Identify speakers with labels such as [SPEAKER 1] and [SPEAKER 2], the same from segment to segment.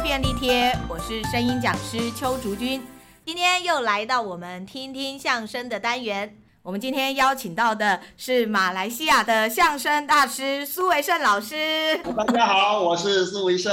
[SPEAKER 1] 便利贴，我是声音讲师邱竹君，今天又来到我们听听相声的单元。我们今天邀请到的是马来西亚的相声大师苏维胜老师。
[SPEAKER 2] 大家好，我是苏维胜。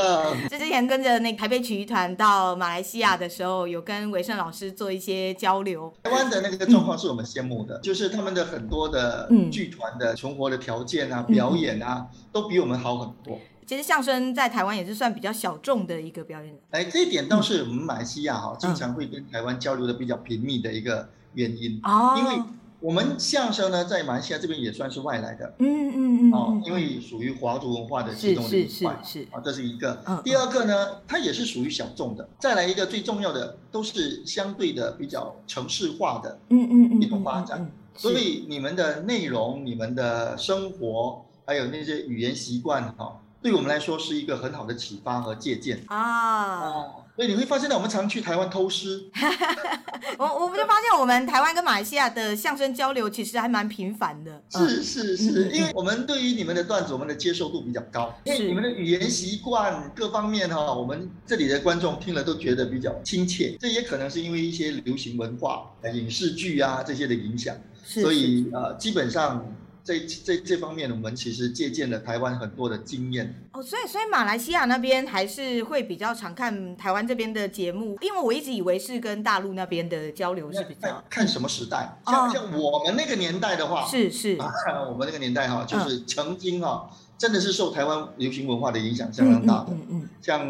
[SPEAKER 1] 这之前跟着那台北曲艺团到马来西亚的时候，有跟维胜老师做一些交流。
[SPEAKER 2] 台湾的那个状况是我们羡慕的，就是他们的很多的
[SPEAKER 1] 嗯
[SPEAKER 2] 剧团的存活的条件啊、表演啊，都比我们好很多。
[SPEAKER 1] 其实相声在台湾也是算比较小众的一个表演。
[SPEAKER 2] 哎，这一点倒是我们马来西亚
[SPEAKER 1] 嗯
[SPEAKER 2] 哈、经常会跟台湾交流的比较频密的一个原因，
[SPEAKER 1] 哦，
[SPEAKER 2] 因为我们相声呢，在马来西亚这边也算是外来的
[SPEAKER 1] 嗯嗯嗯
[SPEAKER 2] 哦
[SPEAKER 1] 嗯，，
[SPEAKER 2] 因为属于华族文化的其
[SPEAKER 1] 是
[SPEAKER 2] 中的一
[SPEAKER 1] 是是
[SPEAKER 2] 块。
[SPEAKER 1] 是，
[SPEAKER 2] 啊，这是一
[SPEAKER 1] 嗯
[SPEAKER 2] 个。第二个呢，它也是属于小众的。再来一个最重要的，都是相对的比较城市化的。
[SPEAKER 1] 嗯嗯嗯，
[SPEAKER 2] 一种发展
[SPEAKER 1] 嗯，嗯嗯
[SPEAKER 2] 所
[SPEAKER 1] 是
[SPEAKER 2] 以你们的内容、你们的生活，还有那些语言习惯哈、对我们来说是一个很好的启发和借鉴。
[SPEAKER 1] 啊，
[SPEAKER 2] 所以你会发现到我们常去台湾偷师，
[SPEAKER 1] 嗯 我我们就发现我们台湾跟马来西亚的相声交流其实还蛮频繁的，嗯
[SPEAKER 2] 是是
[SPEAKER 1] 嗯
[SPEAKER 2] 是
[SPEAKER 1] 嗯，
[SPEAKER 2] 因为我们对于你们的段子，我们的接受度比较高，因为
[SPEAKER 1] 是
[SPEAKER 2] 你们的语言习惯各方面哈、我们这里的观众听了都觉得比较亲切。这也可能是因为一些流行文化、呃影视剧啊这些的影响。
[SPEAKER 1] 是，
[SPEAKER 2] 所
[SPEAKER 1] 是
[SPEAKER 2] 以呃，基本上这这这方面，我们其实借鉴了台湾很多的经验。
[SPEAKER 1] 哦，所以所以马来西亚那边还是会比较常看台湾这边的节目，因为我一直以为是跟大陆那边的交流是比较
[SPEAKER 2] 看看什么时代，
[SPEAKER 1] 哦
[SPEAKER 2] 像、像我们那个年代的话，
[SPEAKER 1] 是是
[SPEAKER 2] 啊，我们那个年代哈、就
[SPEAKER 1] 嗯
[SPEAKER 2] 是曾经哈、真的是受台湾流行文化的影响相
[SPEAKER 1] 嗯
[SPEAKER 2] 当大
[SPEAKER 1] 嗯
[SPEAKER 2] 的，
[SPEAKER 1] 嗯嗯
[SPEAKER 2] 像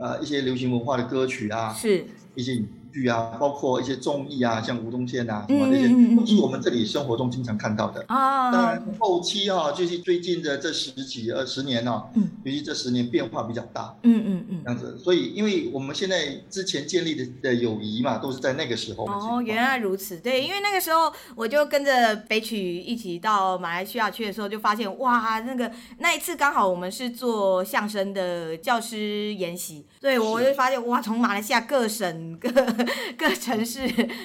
[SPEAKER 2] 呃一些流行文化的歌曲啊，
[SPEAKER 1] 是
[SPEAKER 2] 一些影剧啊，包括一些综艺啊，像吴宗宪啊什么
[SPEAKER 1] 嗯
[SPEAKER 2] 这些，
[SPEAKER 1] 嗯嗯嗯
[SPEAKER 2] 都是我们这里生活中经常看到的。当
[SPEAKER 1] 啊
[SPEAKER 2] 然，后期哈、就是最近的这十几二十年哦，
[SPEAKER 1] 嗯
[SPEAKER 2] 尤其这十年变化比较大，
[SPEAKER 1] 嗯嗯嗯
[SPEAKER 2] 这。样子。所以，因为我们现在之前建立的的友谊嘛，都是在那个时候的情况。
[SPEAKER 1] 哦，原来如此，对，因为那个时候我就跟着北曲一起到马来西亚去的时候，就发现哇，那个那一次刚好我们是做相声的教师研习，对我
[SPEAKER 2] 是
[SPEAKER 1] 就发现哇，从马来西亚各省各各城市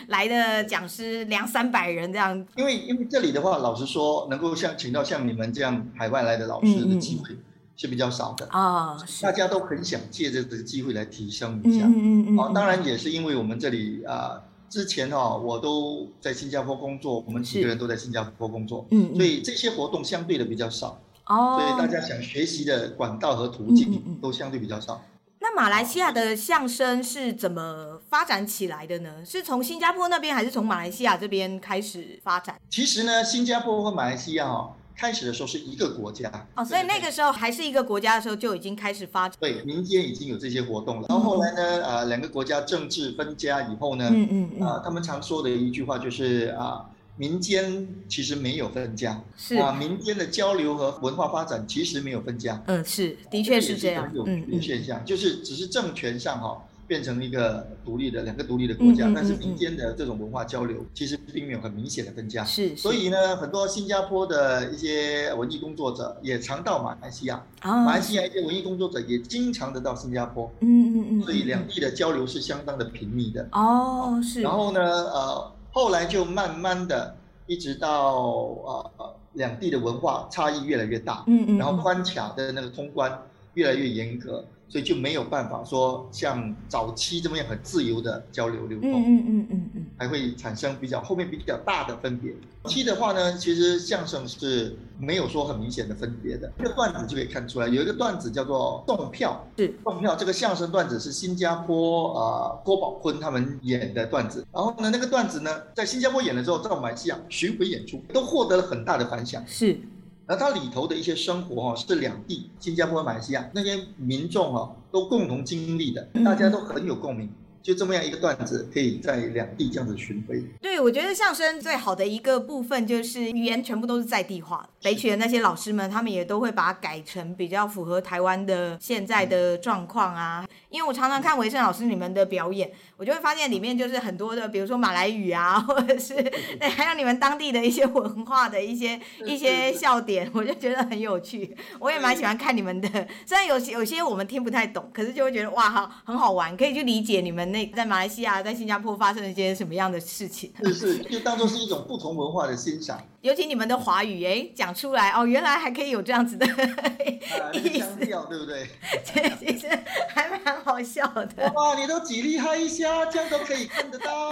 [SPEAKER 1] 来的讲师两三百人这样，
[SPEAKER 2] 因为因为这里的话，老实说，能够像请到像你们这样海外来的老
[SPEAKER 1] 嗯
[SPEAKER 2] 师
[SPEAKER 1] 嗯嗯
[SPEAKER 2] 的机会是比较少的，
[SPEAKER 1] 啊、
[SPEAKER 2] 大家都很想借着这个机会来提升一
[SPEAKER 1] 嗯
[SPEAKER 2] 下。
[SPEAKER 1] 嗯嗯嗯，
[SPEAKER 2] 哦，当然也是因为我们这里啊、之前哦，我都在新加坡工作，我们几
[SPEAKER 1] 是
[SPEAKER 2] 个人都在新加坡工作，
[SPEAKER 1] 嗯，嗯
[SPEAKER 2] 所以这些活动相对的比较少，
[SPEAKER 1] 哦，
[SPEAKER 2] 所以大家想学习的管道和途径
[SPEAKER 1] 嗯嗯嗯
[SPEAKER 2] 都相对比较少。
[SPEAKER 1] 那马来西亚的相声是怎么发展起来的呢？是从新加坡那边还是从马来西亚这边开始发展？
[SPEAKER 2] 其实呢，新加坡和马来西亚哦，开始的时候是一个国家
[SPEAKER 1] 哦，所以那个时候还是一个国家的时候就已经开始发展。
[SPEAKER 2] 对民间已经有这些活动了。然后后来呢，啊，两个国家政治分家以后呢，
[SPEAKER 1] 嗯嗯嗯，
[SPEAKER 2] 啊，他们常说的一句话就是啊，民间其实没有分家，
[SPEAKER 1] 是，
[SPEAKER 2] 啊，民间的交流和文化发展其实没有分家，
[SPEAKER 1] 嗯是，的确是这样
[SPEAKER 2] 也。是一个
[SPEAKER 1] 嗯
[SPEAKER 2] 很有趣的
[SPEAKER 1] 嗯
[SPEAKER 2] 现象，就是只是政权上哈、变成一个独立的两个独立的国家，
[SPEAKER 1] 嗯嗯嗯
[SPEAKER 2] 但是民间的这种文化交流其实并没有很明显的分家。
[SPEAKER 1] 是，是
[SPEAKER 2] 啊所以呢，很多新加坡的一些文艺工作者也常到马来西亚，马
[SPEAKER 1] 啊
[SPEAKER 2] 来，西亚一些文艺工作者也经常的到新加坡，
[SPEAKER 1] 嗯嗯嗯，
[SPEAKER 2] 所以
[SPEAKER 1] 嗯
[SPEAKER 2] 两地的交流是相当的频密的。
[SPEAKER 1] 哦是，
[SPEAKER 2] 然后呢，呃，后来就慢慢的，一直到呃两地的文化差异越来越大，
[SPEAKER 1] 嗯嗯，
[SPEAKER 2] 然后
[SPEAKER 1] 嗯
[SPEAKER 2] 关卡的那个通关越来越严格，所以就没有办法说像早期这么样很自由的交流流
[SPEAKER 1] 嗯
[SPEAKER 2] 动，
[SPEAKER 1] 嗯嗯嗯嗯，
[SPEAKER 2] 还会产生比较后面比较大的分别。早期的话呢，其实相声是没有说很明显的分别的，这个段子就可以看出来，有一个段子叫做“动票”，
[SPEAKER 1] 是
[SPEAKER 2] 动票这个相声段子是新加坡呃郭宝坤他们演的段子，然后呢那个段子呢在新加坡演了之后，在马来西亚巡回演出，都获得了很大的反响。
[SPEAKER 1] 是
[SPEAKER 2] 然后它里头的一些生活哦，是两地新加坡、马来西亚那些民众哦都共同经历的
[SPEAKER 1] 嗯，
[SPEAKER 2] 大家都很有共鸣。就这么样一个段子，可以在两地这样子巡回。
[SPEAKER 1] 对，我觉得相声最好的一个部分就是语言全部都是在地化的。北曲的那些老师们，他们也都会把它改成比较符合台湾的现在的状况啊。因为我常常看维胜老师你们的表演，我就会发现里面就是很多的，比如说马来语啊， 或者是对，还有你们当地的一些文化的一些一些笑点，我就觉得很有趣。我也蛮喜欢看你们的，虽然有些有些我们听不太懂，可是就会觉得哇，好很好玩，可以去理解你们那在马来西亚、在新加坡发生了一些什么样的事情。
[SPEAKER 2] 是是，就当做是一种不同文化的欣 赏。
[SPEAKER 1] 尤其你们的华语，哎，讲出来哦，原来还可以有这样子的
[SPEAKER 2] 啊，那个
[SPEAKER 1] 意
[SPEAKER 2] 腔
[SPEAKER 1] 思，
[SPEAKER 2] 调对不对？
[SPEAKER 1] 这其实还蛮好笑的。
[SPEAKER 2] 哇，你都几厉害一下，这样都可以看 得到。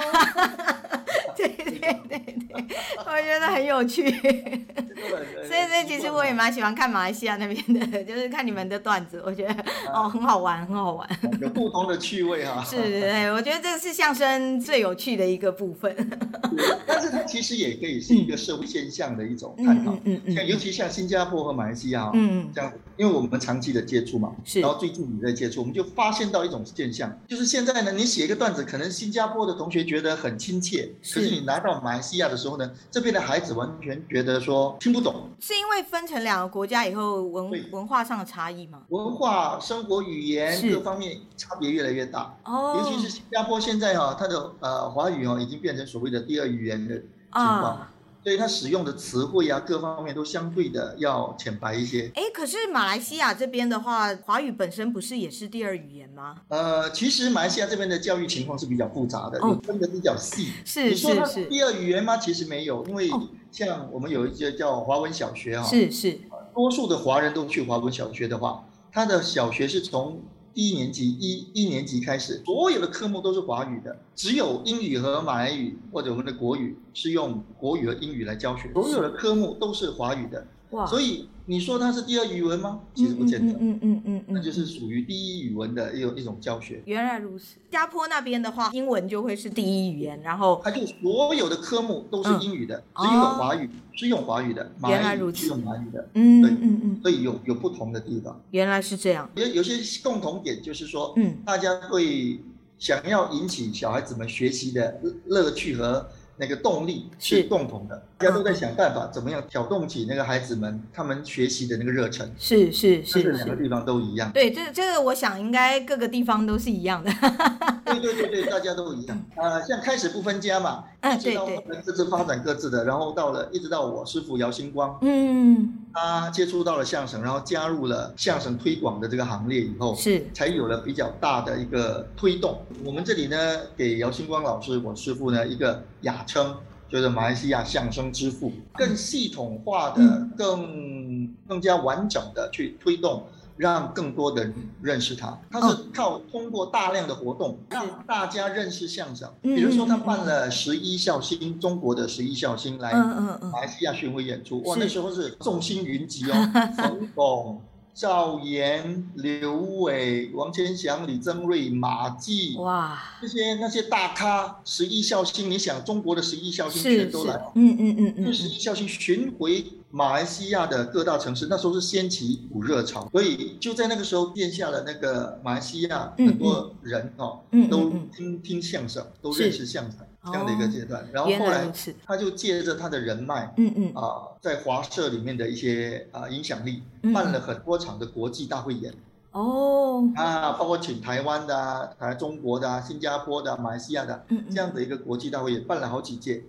[SPEAKER 1] 对对对对，我觉得很有趣。所以，
[SPEAKER 2] 所
[SPEAKER 1] 所以其实我也蛮喜欢看马来西亚那边的， 就是看你们的段子，我觉得
[SPEAKER 2] 嗯
[SPEAKER 1] 哦很好玩，很好玩。
[SPEAKER 2] 有不同的趣味哈、
[SPEAKER 1] 是，对，我觉得这是相声最有趣的一个部分。
[SPEAKER 2] 但是它其实也可以是一个社会现象的一种探讨。
[SPEAKER 1] 嗯
[SPEAKER 2] 像哎尤其像新加坡和马来西亚、哦，
[SPEAKER 1] 嗯
[SPEAKER 2] 这样，因为我们长期的接触嘛，
[SPEAKER 1] 是
[SPEAKER 2] 然后最近也在接触，我们就发现到一种现象，就是现在呢，你写一个段子，可能新加坡的同学觉得很亲切，
[SPEAKER 1] 是
[SPEAKER 2] 可是你拿到马来西亚的时候呢，这边的孩子完全觉得说听不懂，
[SPEAKER 1] 是因为分成两个国家以后文
[SPEAKER 2] 对
[SPEAKER 1] 文化上的差异吗？
[SPEAKER 2] 文化、生活、语言
[SPEAKER 1] 是
[SPEAKER 2] 各方面差别越来越大。
[SPEAKER 1] 哦，
[SPEAKER 2] 尤其是新加坡现在哈、它的呃华语哦已经变成所谓的第二语言的情况，
[SPEAKER 1] 啊，
[SPEAKER 2] 所以它使用的词汇啊各方面都相对的要浅白一些。
[SPEAKER 1] 哎，可是马来西亚这边的话，华语本身不是也是第二语言吗？
[SPEAKER 2] 呃，其实马来西亚这边的教育情况是比较复杂的，
[SPEAKER 1] 哦
[SPEAKER 2] 也分的比较细。
[SPEAKER 1] 是
[SPEAKER 2] 你说它
[SPEAKER 1] 是是
[SPEAKER 2] 第二语言吗？其实没有，因为
[SPEAKER 1] 哦
[SPEAKER 2] 像我们有一些叫华文小学哈、
[SPEAKER 1] 是是
[SPEAKER 2] 多数的华人都去华文小学的话，他的小学是从一年级一一年级开始，所有的科目都是华语的，只有英语和马来语或者我们的国语是用国语和英语来教学，所有的科目都是华语的，
[SPEAKER 1] 哇，
[SPEAKER 2] 所以你说它是第二语文吗？其实不见得，
[SPEAKER 1] 啊嗯嗯嗯嗯嗯，
[SPEAKER 2] 那就是属于第一语文的一种一种教学。
[SPEAKER 1] 原来如此。新加坡那边的话，英文就会是第一语言，然后
[SPEAKER 2] 它就所有的科目都是英语的，
[SPEAKER 1] 嗯
[SPEAKER 2] 只有华语是用华语的，马
[SPEAKER 1] 原来
[SPEAKER 2] 来
[SPEAKER 1] 如
[SPEAKER 2] 语
[SPEAKER 1] 此
[SPEAKER 2] 是用马来语的，
[SPEAKER 1] 嗯
[SPEAKER 2] 对
[SPEAKER 1] 嗯嗯，
[SPEAKER 2] 所以有有不同的地方。
[SPEAKER 1] 原来是这样。
[SPEAKER 2] 有有些共同点就是说，
[SPEAKER 1] 嗯，
[SPEAKER 2] 大家会想要引起小孩子们学习的乐乐趣和那个动力
[SPEAKER 1] 是嗯
[SPEAKER 2] 是共同的，大家都在想办法怎么样挑动起那个孩子们他们学习的那个热忱，
[SPEAKER 1] 是是
[SPEAKER 2] 这
[SPEAKER 1] 是
[SPEAKER 2] 两个
[SPEAKER 1] 是。
[SPEAKER 2] 地方都 一样。
[SPEAKER 1] 对，这这个我想应该各个地方都是一样的。
[SPEAKER 2] 对对对对，大家都一样。啊，像开始不分家嘛，
[SPEAKER 1] 哎
[SPEAKER 2] 一直到
[SPEAKER 1] 对
[SPEAKER 2] 后
[SPEAKER 1] 对
[SPEAKER 2] 来各自发展各自的，然后到了一直到我师傅姚星光，
[SPEAKER 1] 嗯，
[SPEAKER 2] 他接触到了相声，然后加入了相声推广的这个行列以后，
[SPEAKER 1] 是
[SPEAKER 2] 才有了比较大的一个推动。我们这里呢，给姚星光老师，我师傅呢一个雅称，就是马来西亚相声之父，更系统化的
[SPEAKER 1] 嗯、
[SPEAKER 2] 更更加完整的去推动。让更多的人认识
[SPEAKER 1] 嗯
[SPEAKER 2] 他，他是靠通过大量的活动让大家认识相声。
[SPEAKER 1] 嗯
[SPEAKER 2] 比如说，他办了十一孝星，中国的十一孝星来
[SPEAKER 1] 嗯嗯嗯
[SPEAKER 2] 马来西亚巡回演出，哇，
[SPEAKER 1] 是
[SPEAKER 2] 那时候是众星云集哦， 冯巩、赵岩、刘伟、王千祥、李增瑞、马季，
[SPEAKER 1] 哇，
[SPEAKER 2] 这些那些大咖，十一孝星，你想中国的十一孝星
[SPEAKER 1] 是
[SPEAKER 2] 全
[SPEAKER 1] 是
[SPEAKER 2] 都来，，
[SPEAKER 1] 嗯嗯嗯嗯
[SPEAKER 2] 那十一孝星巡回马来西亚的各大城市，那时候是掀起一股热潮，所以就在那个时候奠下了那个马来西亚
[SPEAKER 1] 嗯
[SPEAKER 2] 很多人哦，
[SPEAKER 1] 嗯嗯
[SPEAKER 2] 都
[SPEAKER 1] 嗯
[SPEAKER 2] 听听相声，都
[SPEAKER 1] 是
[SPEAKER 2] 认识相声这样的一个阶段，然
[SPEAKER 1] 嗯，
[SPEAKER 2] 后
[SPEAKER 1] 原
[SPEAKER 2] 后
[SPEAKER 1] 来
[SPEAKER 2] 来
[SPEAKER 1] 如。此。
[SPEAKER 2] 他就借着他的人脉，
[SPEAKER 1] 嗯嗯，
[SPEAKER 2] 啊、在华社里面的一些啊、影响力
[SPEAKER 1] 嗯，
[SPEAKER 2] 办了很多场的国际大汇演、
[SPEAKER 1] 哦，
[SPEAKER 2] 啊，包括请台湾的、啊、台中国的、啊、新加坡的啊、马来西亚的啊
[SPEAKER 1] 嗯嗯
[SPEAKER 2] 这样的一个国际大汇演，办了好几届，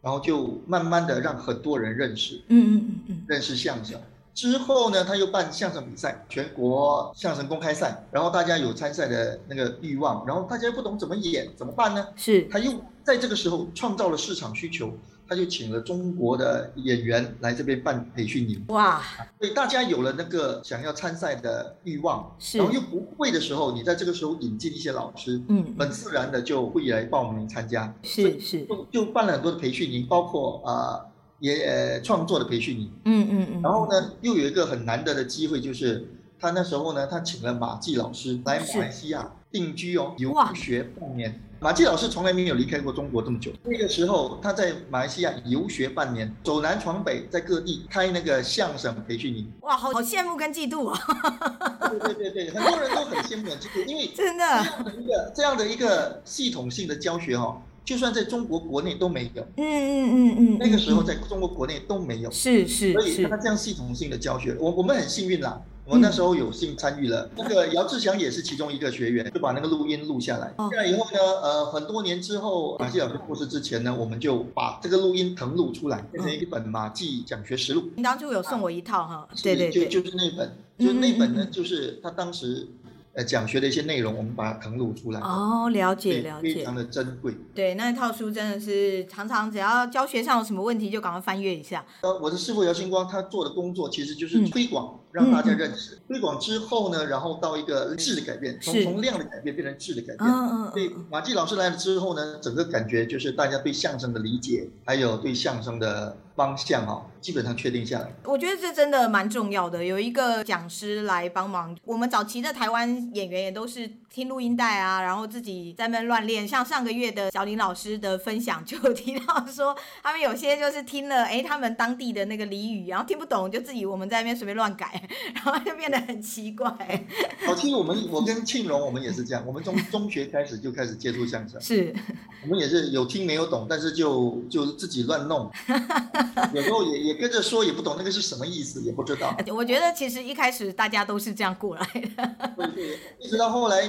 [SPEAKER 2] 然后就慢慢的让很多人认识
[SPEAKER 1] 嗯嗯嗯嗯，
[SPEAKER 2] 认识相声。之后呢，他又办相声比赛，全国相声公开赛，然后大家有参赛的那个欲望，然后大家又不懂怎么演，怎么办呢？
[SPEAKER 1] 是
[SPEAKER 2] 他又在这个时候创造了市场需求，他就请了中国的演员来这边办培训营，
[SPEAKER 1] 哇，
[SPEAKER 2] 所以大家有了那个想要参赛的欲望，
[SPEAKER 1] 是
[SPEAKER 2] 然后又不会的时候，你在这个时候引进一些老师，
[SPEAKER 1] 嗯，
[SPEAKER 2] 很自然的就会来报名参加，
[SPEAKER 1] 是是，
[SPEAKER 2] 就就办了很多的培训营，包括啊、呃也呃创作的培训营。
[SPEAKER 1] 嗯嗯嗯，
[SPEAKER 2] 然后呢，又有一个很难得的机会，就是他那时候呢，他请了马季老师来
[SPEAKER 1] 是
[SPEAKER 2] 马来西亚定居哦，游
[SPEAKER 1] 哇。
[SPEAKER 2] 学半年。马季老师从来没有离开过中国这么久。那个时候他在马来西亚游学半年，走南闯北，在各地开那个相声培训营
[SPEAKER 1] 哇，好好羡慕跟嫉妒哦，
[SPEAKER 2] 对对对对，很多人都很羡慕很嫉妒，因为
[SPEAKER 1] 真的，
[SPEAKER 2] 一个这样的一个系统性的教学哦，就算在中国国内都没有，
[SPEAKER 1] 嗯嗯嗯嗯，
[SPEAKER 2] 那个时候
[SPEAKER 1] 嗯
[SPEAKER 2] 在中国国内都没有。
[SPEAKER 1] 是是
[SPEAKER 2] 所以
[SPEAKER 1] 是嗯
[SPEAKER 2] 他，这样系统性的教学，我我们很幸运啦。我那时候有幸参与了，那个姚志祥也是其中一个学员，就把那个录音录下来。
[SPEAKER 1] 哦
[SPEAKER 2] 下来以后呢，呃，很多年之后，马季老师过世之前呢，我们就把这个录音誊录出
[SPEAKER 1] 嗯
[SPEAKER 2] 来，变成一本马季讲学实录。
[SPEAKER 1] 你当初有送我一套哈，对对
[SPEAKER 2] 就
[SPEAKER 1] 对，
[SPEAKER 2] 就是那本，就是那本
[SPEAKER 1] 嗯
[SPEAKER 2] 呢
[SPEAKER 1] 嗯，
[SPEAKER 2] 就是他当时呃讲学的一些内容，我们把它誊录出来，
[SPEAKER 1] 哦，了
[SPEAKER 2] 所
[SPEAKER 1] 解
[SPEAKER 2] 以
[SPEAKER 1] 了
[SPEAKER 2] 非
[SPEAKER 1] 解
[SPEAKER 2] 常。的珍贵。
[SPEAKER 1] 对，那一套书真的是常常只要教学上有什么问题，就赶快翻阅一下。
[SPEAKER 2] 呃，我的师傅姚星光他做的工作其实就是
[SPEAKER 1] 嗯
[SPEAKER 2] 推广，让大家认识。推广之后呢，然后到一个质的改变，从
[SPEAKER 1] 是
[SPEAKER 2] 从量的改变变成质的改变。
[SPEAKER 1] 嗯嗯
[SPEAKER 2] 对，马季老师来了之后呢，整个感觉就是大家对相声的理解，还有对相声的方向哦，基本上确定下来。
[SPEAKER 1] 我觉得这真的蛮重要的，有一个讲师来帮忙。我们早期的台湾演员也都是听录音带啊，然后自己在那边乱练。像上个月的小林老师的分享就有提到说，他们有些就是听了诶他们当地的那个俚语，然后听不懂，就自己我们在那边随便乱改， 然后就变得很奇怪。
[SPEAKER 2] 早期我们我跟庆荣我们也是这样，我们从中学开始就开始接触相声，
[SPEAKER 1] 是，
[SPEAKER 2] 我们也是有听没有懂，但是就就自己乱弄，有时候也也跟着说也不懂那个是什么意思，也不知道。
[SPEAKER 1] 我觉得其实一开始大家都是这样过来的，
[SPEAKER 2] 对对， 一直到后来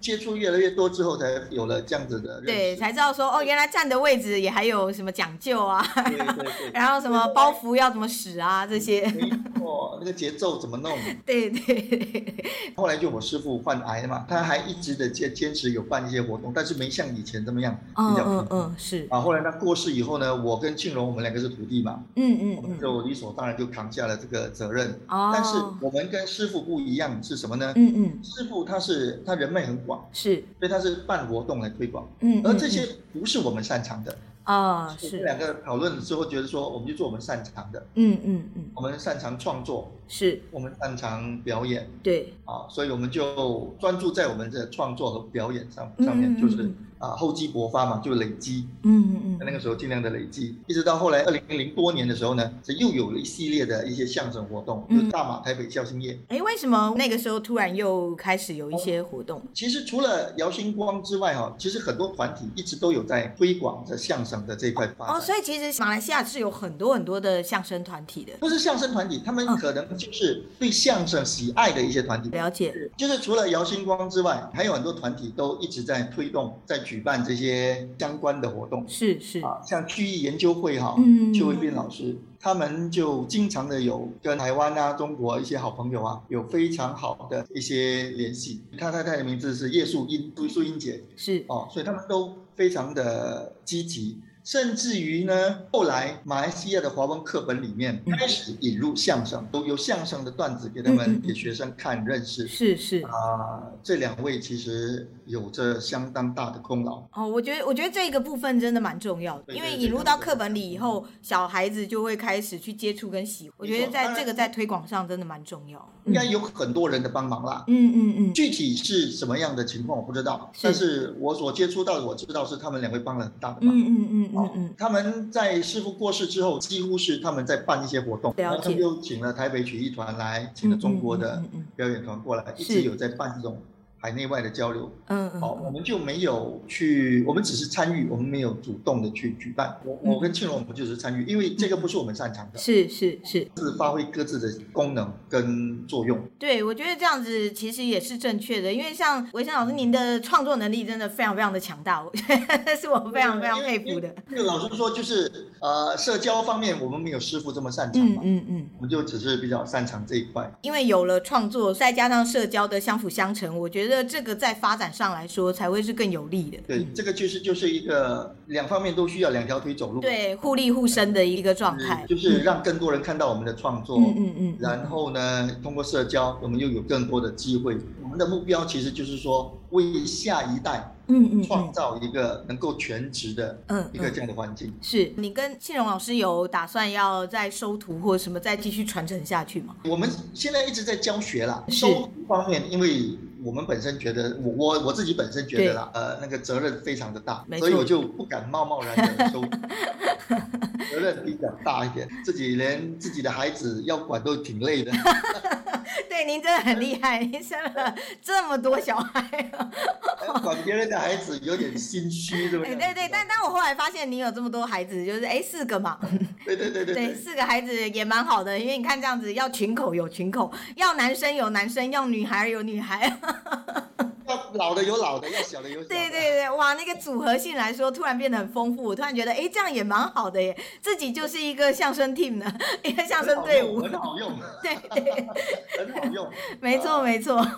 [SPEAKER 2] 接触越来越多之后，才有了这样子的认
[SPEAKER 1] 对，
[SPEAKER 2] 识。
[SPEAKER 1] 才知道说哦，原来站的位置也还有什么讲究啊，
[SPEAKER 2] 对对对
[SPEAKER 1] 然后什么包袱要怎么使啊这些。
[SPEAKER 2] 对，没错，那个节奏怎么弄？
[SPEAKER 1] 对对对，
[SPEAKER 2] 后来就我师傅患癌嘛，他还一直的坚坚持有办一些活动，但是没像以前这么样比
[SPEAKER 1] 嗯
[SPEAKER 2] 较。
[SPEAKER 1] 嗯嗯，是，
[SPEAKER 2] 啊，后来他过世以后呢，我跟庆荣我们两个是徒弟嘛，
[SPEAKER 1] 嗯
[SPEAKER 2] 我
[SPEAKER 1] 嗯
[SPEAKER 2] 们
[SPEAKER 1] 嗯，
[SPEAKER 2] 就理所当然就扛下了这个责任。
[SPEAKER 1] 哦，
[SPEAKER 2] 但是我们跟师傅不一样是什么呢？
[SPEAKER 1] 嗯嗯
[SPEAKER 2] 师傅他是他人脉很广，
[SPEAKER 1] 是，
[SPEAKER 2] 所以他是办活动来推广，
[SPEAKER 1] 嗯，
[SPEAKER 2] 而
[SPEAKER 1] 嗯
[SPEAKER 2] 这
[SPEAKER 1] 嗯
[SPEAKER 2] 些不是我们擅长的。
[SPEAKER 1] 啊
[SPEAKER 2] 我们
[SPEAKER 1] 是，
[SPEAKER 2] 两个讨论了之后，觉得说我们就做我们擅长的，
[SPEAKER 1] 嗯嗯嗯
[SPEAKER 2] 我们擅长创作，
[SPEAKER 1] 是，
[SPEAKER 2] 我们擅长表演
[SPEAKER 1] 对，
[SPEAKER 2] 啊，所以我们就专注在我们的创作和表演上
[SPEAKER 1] 嗯
[SPEAKER 2] 上面，
[SPEAKER 1] 嗯
[SPEAKER 2] 就是
[SPEAKER 1] 嗯
[SPEAKER 2] 啊厚积薄发嘛，就累积。
[SPEAKER 1] 嗯嗯
[SPEAKER 2] 那
[SPEAKER 1] 嗯，
[SPEAKER 2] 个时候尽量的累积，一直到后来二零零多年的时候呢，这又有了一系列的一些相声活动，
[SPEAKER 1] 嗯
[SPEAKER 2] 就是大马、台北校庆夜。
[SPEAKER 1] 哎，为什么那个时候突然又开始有一
[SPEAKER 2] 哦
[SPEAKER 1] 些活动？
[SPEAKER 2] 其实除了姚星光之外哈、其实很多团体一直都有在推广着相声的这一块发展。
[SPEAKER 1] 哦，所以其实马来西亚是有很多很多的相声团体的，
[SPEAKER 2] 不是相声团体，他们
[SPEAKER 1] 嗯
[SPEAKER 2] 可能就是对相声喜爱的一些团体。
[SPEAKER 1] 了解，
[SPEAKER 2] 就是除了姚星光之外，还有很多团体都一直在推动、在举办这些相关的活动
[SPEAKER 1] 是是，
[SPEAKER 2] 啊，像区域研究会哈、
[SPEAKER 1] 嗯
[SPEAKER 2] 邱文斌老师，他们就经常的有跟台湾啊、中国一些好朋友啊，有非常好的一些联系。他太太的名字是叶素英，杜素英姐
[SPEAKER 1] 是，
[SPEAKER 2] 哦，所以他们都非常的积极。甚至于呢，后来马来西亚的华文课本里面
[SPEAKER 1] 嗯
[SPEAKER 2] 开始引入相声，都有相声的段子给他
[SPEAKER 1] 嗯嗯
[SPEAKER 2] 们
[SPEAKER 1] 嗯
[SPEAKER 2] 给学生看认识。
[SPEAKER 1] 是是。
[SPEAKER 2] 啊，这两位其实有着相当大的功劳。
[SPEAKER 1] 哦，我觉得我觉得这个部分真的蛮重要的，
[SPEAKER 2] 对
[SPEAKER 1] 因
[SPEAKER 2] 对
[SPEAKER 1] 为
[SPEAKER 2] 对
[SPEAKER 1] 引入
[SPEAKER 2] 对
[SPEAKER 1] 到
[SPEAKER 2] 对
[SPEAKER 1] 课本里以后，小孩子就会开始去接触跟喜欢。我觉
[SPEAKER 2] 没
[SPEAKER 1] 得
[SPEAKER 2] 错
[SPEAKER 1] 在
[SPEAKER 2] 当
[SPEAKER 1] 这
[SPEAKER 2] 然
[SPEAKER 1] 个在推广上真的蛮重要。嗯
[SPEAKER 2] 应该有很多人的帮忙啦。
[SPEAKER 1] 嗯嗯嗯，
[SPEAKER 2] 具体是什么样的情况我不知道，
[SPEAKER 1] 是
[SPEAKER 2] 但是我所接触到的我知道是他们两位帮了很大的忙。
[SPEAKER 1] 嗯嗯嗯
[SPEAKER 2] 哦
[SPEAKER 1] 嗯嗯，
[SPEAKER 2] 他们在师傅过世之后，几乎是他们在办一些活动，
[SPEAKER 1] 解
[SPEAKER 2] 然后他们又请了台北曲艺团来，请了中国的
[SPEAKER 1] 嗯嗯
[SPEAKER 2] 表演团过来，一
[SPEAKER 1] 是
[SPEAKER 2] 直有在办这种海内外的交流。
[SPEAKER 1] 嗯嗯，
[SPEAKER 2] 哦，我们就没有去，我们只是参与，我们没有主动的去举办。我
[SPEAKER 1] 嗯
[SPEAKER 2] 我跟庆荣，我们就是参与，因为这个不是我们擅长的，
[SPEAKER 1] 是是是，
[SPEAKER 2] 各自发挥各自的功能跟作用。
[SPEAKER 1] 对我觉得这样子其实也是正确的，因为像维生老师您的创作能力真的非常非常的强大，我觉得是我非常非常佩服的。
[SPEAKER 2] 因为老实说，就是呃，社交方面我们没有师傅这么擅长
[SPEAKER 1] 嗯
[SPEAKER 2] 嘛，
[SPEAKER 1] 嗯嗯，
[SPEAKER 2] 我们就只是比较擅长这一块。
[SPEAKER 1] 因为有了创作，再加上社交的相辅相成，我觉得这个在发展上来说才会是更有利的。
[SPEAKER 2] 对，
[SPEAKER 1] 嗯
[SPEAKER 2] 这个就是就是一个两方面都需要两条腿走路，
[SPEAKER 1] 对，互利互生的一个状
[SPEAKER 2] 嗯，
[SPEAKER 1] 态。
[SPEAKER 2] 就是让更多人看到我们的创作。
[SPEAKER 1] 嗯嗯嗯，
[SPEAKER 2] 然后呢，通过社交，我们又有更多的机会。我们的目标其实就是说，为下一代
[SPEAKER 1] 嗯嗯
[SPEAKER 2] 创
[SPEAKER 1] 嗯
[SPEAKER 2] 造一个能够全职的
[SPEAKER 1] 嗯，
[SPEAKER 2] 一个这样的环境。
[SPEAKER 1] 是你跟庆荣老师有打算要再收徒或什么再继续传承下去吗？
[SPEAKER 2] 我们现在一直在教学啦，
[SPEAKER 1] 是
[SPEAKER 2] 收徒方面，因为我们本身觉得，我我我自己本身觉得啦，呃，那个责任非常的大
[SPEAKER 1] 没，错
[SPEAKER 2] 所以我就不敢贸贸然 的收徒，责任比较大一点，自己连自己的孩子要管都挺 累的。
[SPEAKER 1] 对，您真的很厉 害，您生了这么多小孩。
[SPEAKER 2] 管别人的孩子有点心虚，对不
[SPEAKER 1] 哎，
[SPEAKER 2] 对？
[SPEAKER 1] 对对，但但我后来发现你有这么多孩子，就是哎四个嘛，
[SPEAKER 2] 对对对 对
[SPEAKER 1] 对，
[SPEAKER 2] 对，
[SPEAKER 1] 四个孩子也蛮好的，因为你看这样子，要群口有群口，要男生有男生，要女孩有女孩，
[SPEAKER 2] 要要老的有老的，要小的有 小的。
[SPEAKER 1] 对对对， 哇，那个组合性来说，突然变得很丰富。我突然觉得，哎，这样也蛮好的耶，自己就是一个相声 team 呢， 一个相声队伍。
[SPEAKER 2] 很好用，
[SPEAKER 1] 对对，
[SPEAKER 2] 很好用，
[SPEAKER 1] 没错没错。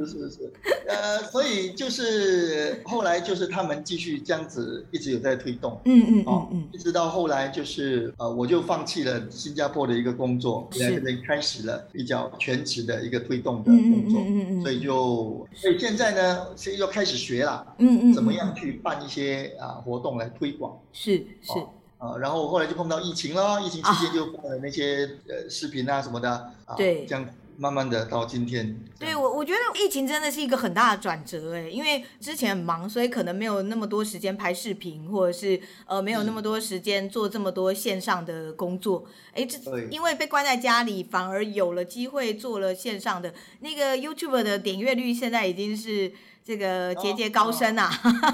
[SPEAKER 2] 是是是。呃，所以就是后来就是他们继续这样子一直有在推动。
[SPEAKER 1] 嗯嗯
[SPEAKER 2] 哦
[SPEAKER 1] 嗯嗯，
[SPEAKER 2] 一直到后来就是呃，我就放弃了新加坡的一个工作，
[SPEAKER 1] 是
[SPEAKER 2] 来这边开始了比较全职的一个推动的
[SPEAKER 1] 嗯嗯
[SPEAKER 2] 工
[SPEAKER 1] 嗯
[SPEAKER 2] 作，
[SPEAKER 1] 嗯嗯
[SPEAKER 2] 所以就所以现在呢，是要开始学啦，
[SPEAKER 1] 嗯嗯，
[SPEAKER 2] 怎么样去办一些啊、活动来推广
[SPEAKER 1] 是是，
[SPEAKER 2] 啊、然后后来就碰到疫情了，疫情期间就办了那些、呃视频啊什么的啊，
[SPEAKER 1] 啊对
[SPEAKER 2] 这样慢慢的到今天，
[SPEAKER 1] 对我，我觉得疫情真的是一个很大的转折哎，因为之前很忙，所以可能没有那么多时间拍视频，或者是呃没有那么多时间做这么多线上的工作。哎，这
[SPEAKER 2] 对
[SPEAKER 1] 因为被关在家里，反而有了机会做了线上的那个 YouTube 的点阅率，现在已经是这个节节高升啊！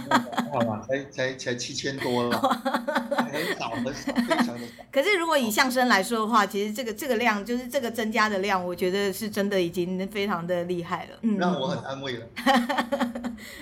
[SPEAKER 2] 哦好吧，才才才七千多了，很少很少，非常的少。
[SPEAKER 1] 可是如果以相声来说的话，其实这个这个量就是这个增加的量，我觉得是真的已经非常的厉害了。嗯，
[SPEAKER 2] 让我很安慰了。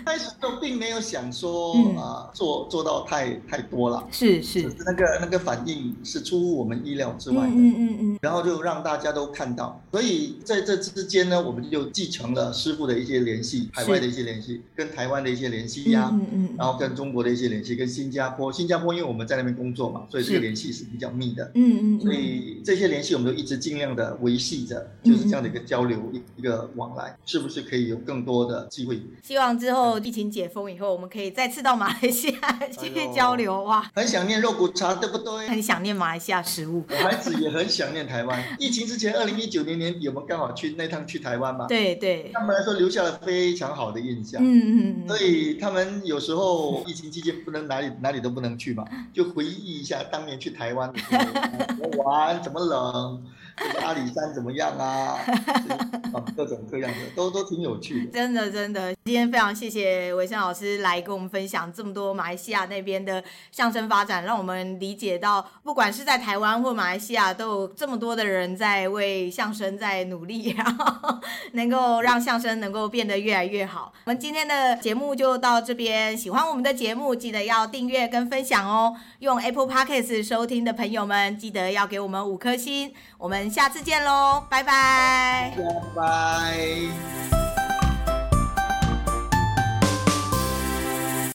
[SPEAKER 2] 开始都并没有想说
[SPEAKER 1] 嗯
[SPEAKER 2] 啊、做做到太太多了，
[SPEAKER 1] 是
[SPEAKER 2] 只
[SPEAKER 1] 是，
[SPEAKER 2] 是那个那个反应是出乎我们意料之
[SPEAKER 1] 嗯
[SPEAKER 2] 外的。
[SPEAKER 1] 嗯嗯嗯，
[SPEAKER 2] 然后就让大家都看到，所以在这之间呢，我们就继承了师傅的一些联系，海外的一些联系，跟台湾的一些联系呀、
[SPEAKER 1] 嗯嗯嗯，
[SPEAKER 2] 然后跟中国的一些联系，跟新加坡，新加坡因为我们在那边工作嘛，所以这
[SPEAKER 1] 是
[SPEAKER 2] 个联系是比较密的。
[SPEAKER 1] 嗯嗯，
[SPEAKER 2] 所以这些联系我们都一直尽量的维系着，
[SPEAKER 1] 嗯
[SPEAKER 2] 就是这样的一个交流，一一个往来，是不是可以有更多的机会？
[SPEAKER 1] 希望之后疫情解封以后，我们可以再次到马来西亚 继续交流。哇，
[SPEAKER 2] 很想念肉骨茶，对不对？
[SPEAKER 1] 很想念马来西亚食物。
[SPEAKER 2] 我孩子也很想念 台湾。疫情之前，二零一九年年底，我们刚好去那趟去台湾嘛，
[SPEAKER 1] 对对，
[SPEAKER 2] 他们来说留下了非常好的印象。
[SPEAKER 1] 嗯嗯
[SPEAKER 2] 所以他们有时候疫情期间不能哪里哪里都不能 去嘛，就回忆一下当年去台湾的时候，啊怎么玩，怎么冷，这个阿里山怎么样 啊，就是啊各种各样的，都都挺有趣的
[SPEAKER 1] 嗯，。真的真的，今天非常谢谢维生老师来跟我们分享这么多马来西亚那边的相声发展，让我们理解到，不管是在台湾或马来西亚，都有这么多的人在为相声在努力， 然后能够让相声能够变得越来越好。我们今天的节目就到这边，喜欢我们的节目，记得要订阅跟分享哦。用 Apple Podcast 收听的朋友们，记得要给我们五颗星。我们下次见喽，拜拜
[SPEAKER 2] 拜拜。